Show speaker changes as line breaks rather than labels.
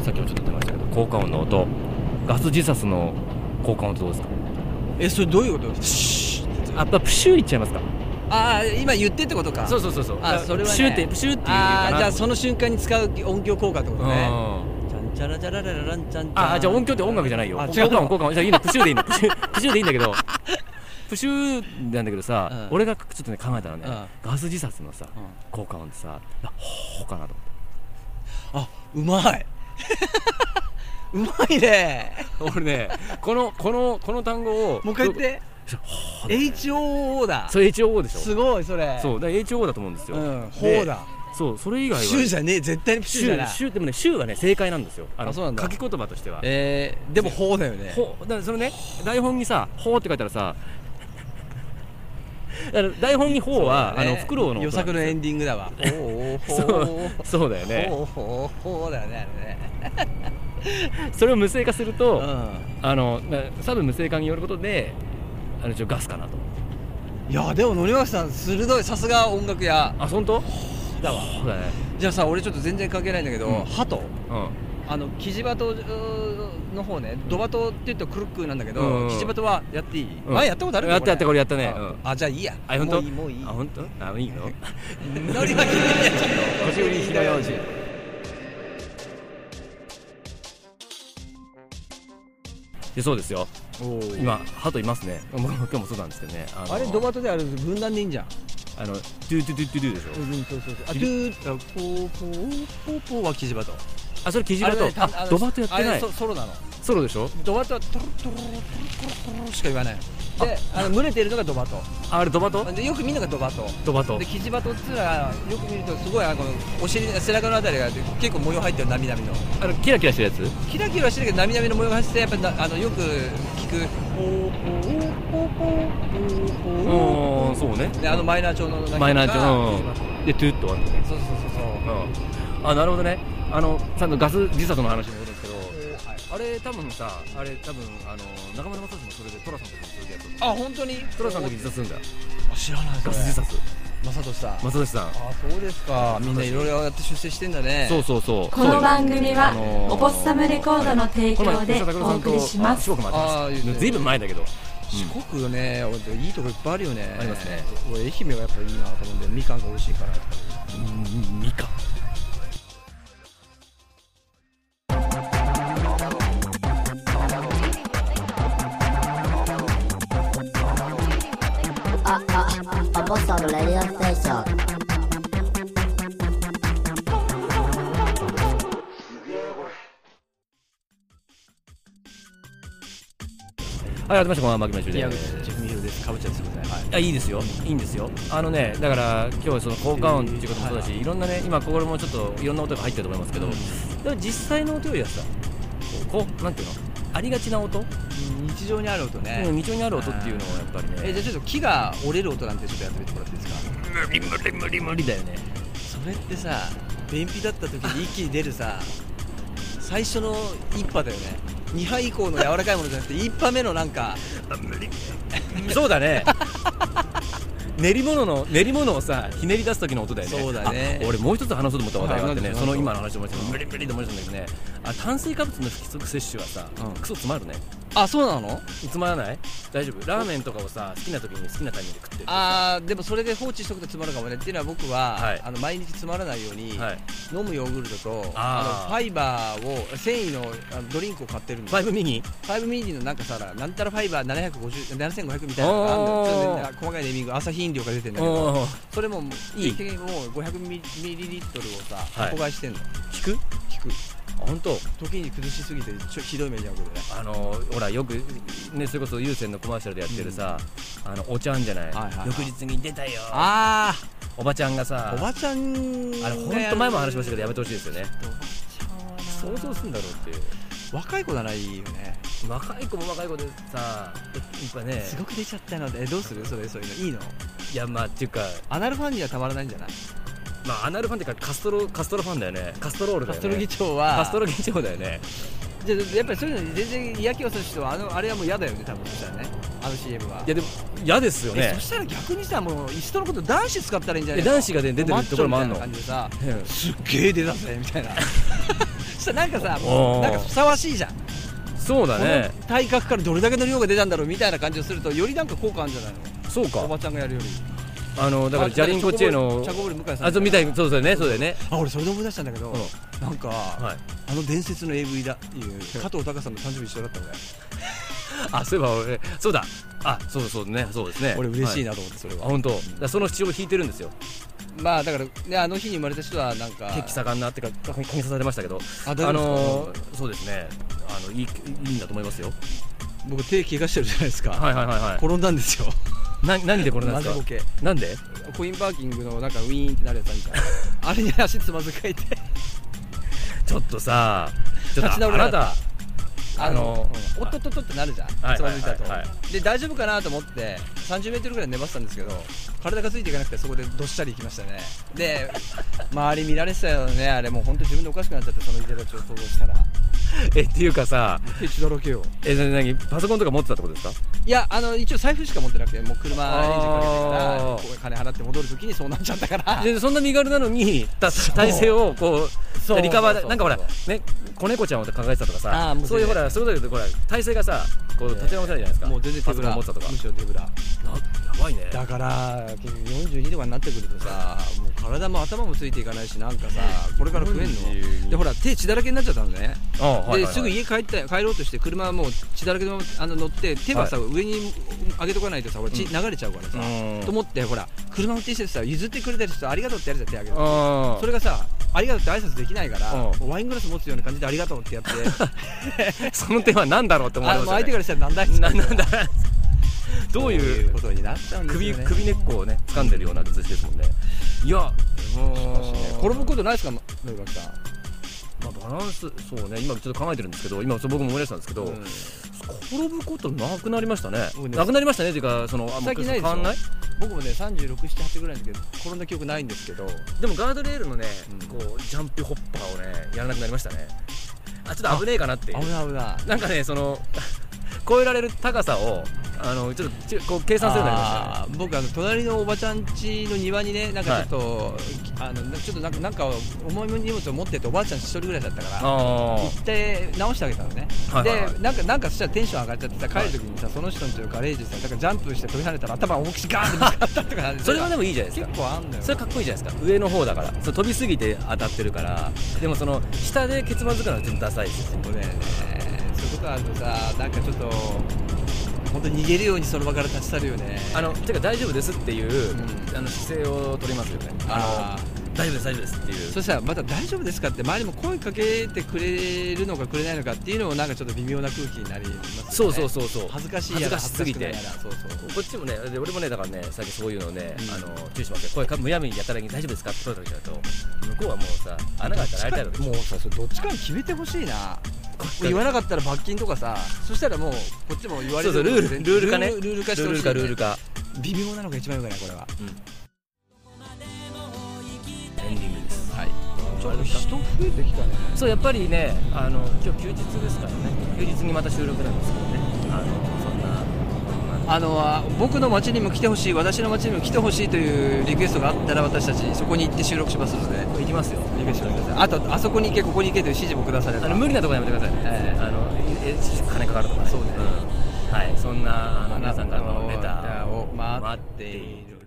さっきもちょっと出ましたけど効果音の音ガス自殺の効果音ってどうですか
えそれどういうことですか
シューあやっぱプシューいっちゃいますか
ああ今言ってってことか
うそうそうそう
あそれはね
プシューってプシューっていう
あ
か
あ
な
じゃあその瞬間に使う音響効果ってことね
うん
ちゃんちゃらちゃららららんちゃんちゃん
あじゃあ音響って音楽じゃないよ
あ
効
違う
果音効果音じゃあいいのプシューでいいのプシュープシューでいいんだけどプシューなんだけどさ、
うん
俺がちょっとね考えたらね、
う
ガス自殺のさ
うん
効果音ってさあほーかなと
あうまいうまいね
思って俺ねこのこのこの単語を
もう一回言って
ほー
HOO だ
それ HO でしょ
すごいそれ
そうだから HO だと思うんですよ、
うん
で
HO だ
そうそれ以外は
シューじゃねえ絶対にシュー
シ
じ
ュ
ゃな
ー
い
シューでもねシューはね正解なんですよあの
あそうなんだ
書き言葉としては
えーでも HO だよね
ほだからそのね台本にさ「ほ」って書いたらさあの台本に「ほ」は、あのフクロウの
予
音なんで
作
す
の
よ
エンディングだわほう
そうそうだよね
ほうほうほうだよねあ
それを無声化すると、
れね
あのな多分無声化によることであの一応ガスかなと
うんいやでも乗松さん鋭いさすが音楽屋
あ本当
だわ
そうだね
じゃあさ俺ちょっと全然関係ないんだけど、
うん
鳩
うん
あのキジバトうーの方ねドバトって言うとクルックなんだけど、
うんうん
キジバトはやっていい、
うん
前やったことある
やったやったこれやったね
あ,、
うん
あじゃあいいや
あ本当
もういいもういい
あ本当あいいの
ノリは気に入っちゃった
腰振り火の用心でそうですよ今ハトいますねもう今日もそうなんですけどねあの
あれドバトである軍団でいいんじゃん
あのドゥドゥドゥドゥドゥでしょ
うんそうそうそうあドゥーあポーポーポーポーはキジバト
あそれキジ
あ
バ
れ
ト
ねたあ
あ
の
ドバトやって
あ
な
れ
い
ソソロなの
ソロでしょ
ドバトはトロトロトロトロトロトロしか言わないのであの群れてるのがドバト
ああれドバト
でよく見るのがドバト
ドバト
でキジバトっつうのはよく見るとすごいあのお尻背中のあたりが結構模様入ってるなみなみの
あのキラキラしてるやつ
キラキラしてるけどなみなみの模様が入っててやっぱなあのよく聞く
うーんそうね
であのマイナー調の鳴き声が
マイナーって
キジバト
うんでトゥーッと終わってね
そうそうそうそう
うんあなるほどねあのさっきのガス自殺の話に戻るんですけど
はい
あれ多分さあれ多分あの中村雅史もそれでトラさんの時にそれでやった
あ本当に
トラさんの時自殺するんだよ
あ知らない
ガ
それ
ス自殺
マサトシさんあ
雅史さん
そうですかみんないろいろやって出世してんだね
そうそうそう
この番組は
あのー
オポッサムレコードの提
この
供
前
で
吉田拓郎
お
さんと
送りしま
あ
す
四国まで
あー言ってた
ずいぶん前だけど
四国ね、俺いいとこいっぱいあるよね
ありますね
俺愛媛はやっぱいいなと思うんでみかんが美味しいから
みかん
あ、あ、アポストのレディオステーション。
はい、改めまして、こんばんは、マキマシュ
宮
で
口。文宏ですかぶちゃんですみませんはい
あ、いいですよ。いいんですよ。あのね、だから、今日その効果音っていうこともそうだし、いろんなね、今、これもちょっと、いろんな音が入ってると思いますけど。でも、実際の音よりはさ、こう、こうなんていうの、ありがちな音、
日常にある音ね、
うん、日常にある音っていうのを、やっぱり
え
ね。
じゃあちょっと木が折れる音なんてちょっとやってみてもらっていいですか
無理、無理、無理、無理だよね。
それってさ便秘だった時に一気に出るさ最初の一波だよね2杯以降の柔らかいものじゃなくて1波目のなんか
そうだね。練り物の練り物をさひねり出す時の音だよね
そうだね
あ俺もう一つ話そうと思った話題があってね、
はい
その今の話を思い出して無理無理と思い出したんだけどねあ炭水化物の不規則摂取はさ、
うん
クソつまるね
あそうなの
つまらない大丈夫ラーメンとかをさ好きな時に好きなタイミングで食ってる
あーでもそれで放置しとくとつまるかもねっていうのは僕は、
はい
あの毎日つまらないように、
はい
飲むヨーグルトと
あー
あのファイバーを繊維のあのドリンクを買ってるの
ファイブミニ
ファイブミリのなんかさなんたらファイバー750 7500みたいなのがあるんだよ
おー
ちょっとね細かいネーミング朝日飲料が出てんだけど
おー
それももう
いい
定期的にもう500ミリリットルをさ
はい
箱買いしてんの、
聞く
効く
本当
時に崩しすぎてちょひどい目に遭うけどね
あのほらよくねそれこそ有線のコマーシャルでやってるさ、あのお茶あんじゃない,、
はいはいはい
翌日に出たよ
あ
おばちゃんがさ
あおばちゃん
あれ本当前も話しましたけどやめてほしいですよね想像するんだろうっていう
若い子ならいいよね
若い子も若い子でさやっぱね
すごく出ちゃったのでえどうするそれそういうのいいの
いやまあっていうか
アナルファンにはたまらないんじゃない
まあアナルファンっていうかカストロカストロファンだよねカストロールだ
カ
よ
ストロ
ね
議長は
カストロ議長だよね
じゃあやっぱりそういうのに全然嫌気をさす人はあのあれはもう嫌だよね多分そしたらねああの CM はい
やでも嫌ですよ
え
ね
そしたら逆にさもういっそのこと男子使ったらいいんじゃない
いや男子がね出てるところもあんの
マッチョみたいな感じで
うん
さすっげえ出たぜみたいなそしたらなんかさも
お
う
ー
なんかふさわしいじゃん、
そうだ
こ
ね
の体格からどれだけの量が出たんだろうみたいな感じをするとよりなんか効果あるんじゃない
そう
のおば
か
ちゃんがやるより
あのだから
あ
ジャリンコチェの
チャコボール向井さん
あそうみたいにそうだよねそうだよね
あ俺それで思い出したんだけど、
う
なんか、
はい
あの伝説の AV だっていう加藤隆さんの誕生日一緒だったのね
あそういえば俺そうだあそうそうねそうですね
俺嬉しい
は
なと思ってそれ
あ
は、
本当。だからその口を引いてるんですよ
まあだからねあの日に生まれた人はなんか
血気盛んなってか髪刺されましたけど
あ大丈夫ですか
あのーそうですねあのいいいいんだと思いますよ
僕手怪我してるじゃないですか、
はいはいはいはい
転んだんですよ
な何でこれなんです
マジボケ
かなんで
コインパーキングのなんかウィーンってなるやつあるじゃんあれに足つまずかいて
ちょっとさちょっ
立
と
ち直
あ
れな
な
か
た
あ
あ
の、
の
おっとっとっとってなるじゃん、
はい
つまずいたと、
はいはいは
で大丈夫かなと思って3 0ルぐらい粘ってたんですけど体がついていかなくてそこでどっしゃり行きましたねで周り見られてたよねあれもう本当自分でおかしくなっちゃってそのいでたちを想像したら
えっていうかさ
一だらけよ
えな何パソコンとか持ってたってことですか
いやあの一応財布しか持ってなくてもう車エンジンか
あー
けてからこう金払って戻るときにそうなっちゃったから
でそんな身軽なのにた体勢をこ
そう
うリカバ
そう
ー
そうそう
なんかほらね子猫ちゃんを考えてたとか
あー
さ
もう
そういうほ
全然
らそういうことでほら体勢がさこう立ち直せないじゃないですか
もう全然手
パソ
ぶ
コン
ら
持ってたとか
むしろ手ぶら
なやばいね
だから結局42とかになってくるとさもう体も頭もついていかないしなんかさこれから食えんの
42
でほら手血だらけになっちゃったのね
あーはいはいはい
ですぐ家帰った帰ろうとして車はもう血だらけのままあの乗って手はさ、上に上げとかないとさほら血流れちゃうからさ、
うん
と思ってほら車運転しててさ譲ってくれたりするとありがとうってやるじゃん手あげると
あー
それがさありがとうって挨拶できないから
うん
もうワイングラス持つような感じでありがとうってやって
その点は何だろうって思い
あ
ま
もう
す
相手からしたらなんだい
ななんだどう
そう
い
いう
う
ことになっちゃうんです
首
よね
首根っこをね掴んでるような靴ですもんねいや
もしね転ぶことないですか野崎さん
まあ、バランスそうね今ちょっと考えてるんですけど今そう僕も思い出したんですけど、
うん
転ぶことなくなりましたね
僕ね
なくなりましたねっていうかそのあもう
最近ない
変
でしょ
わんない
僕もね3678ぐらいの時転んだ記憶ないんですけど
でもガードレールのね、
うん
こうジャンプホッパーをねやらなくなりましたねあちょっと危ねえかなっていう
危ない危ない
なんかねその 超えられる高さをあのちょっとちこう計算するようになりましたね
あー僕あの隣のおばちゃん家の庭にねなんかちょっと、あのちょっとなんかなんか重い荷物を持ってておばあちゃん一人ぐらいだったから
あ
行って直してあげたのね、
はいはいはい
でなんかなんかそしたらテンション上がっちゃってさ帰る時にさ、その人のというガレージでさなんかジャンプして飛び跳ねたら頭思いっきりガーンってぶつかったとかなん
あ それはでもいいじゃないです
結
か
構あんのよ
それかっこいいじゃないですか上の方だからそう飛びすぎて当たってるからでもその下でケツまずくのはちょっとダサいですよね
そうだよねそういうことあるとさなんかちょっと本当に逃げるようにその場から立ち去るよね
あのてか大丈夫ですっていう、
うん
あの姿勢を取りますよね
あ
あの大丈夫です大丈夫ですっていう
そしたらまた大丈夫ですかって周りも声かけてくれるのかくれないのかっていうのもなんかちょっと微妙な空気になります
そ
よ
う
ね
そうそうそう
恥ずかしい
恥
や
ず
ら
かしすぎて
恥ずかしくないやらそうそう
こっちもねで俺もねだからね最近そういうのね、
うん
あの注意しますよこれかむやみにやたらに大丈夫ですかって声かけちゃうと向こうはもうさ穴が開いたらやりたいの
もうさそれどっちかに決めてほしいな
こ
言わなかったら罰金とかさそしたらもうこっちも言われ
そう
る
そうルールルール化ね
ルール化してほ
ルール
しいね
化ルール化
微妙なのが一番よくないこれは
エンディングです
はいちょっと
あれ
人増えてきたね
そうやっぱりねあの今日休日ですからね休日にまた収録なんですけどねあのそんなこんな
あのあ僕の街にも来てほしい私の街にも来てほしいというリクエストがあったら私たちそこに行って収録しますので
行きますよ
リクエストしてくださいあとあそこに行けここに行けという指示もくだされば
あの無理なところやめてくださいね、
ええ
あのええ金かかるとかね
そうね
んはいそんなあの皆さんからのレタ
あな
ー
たを待っている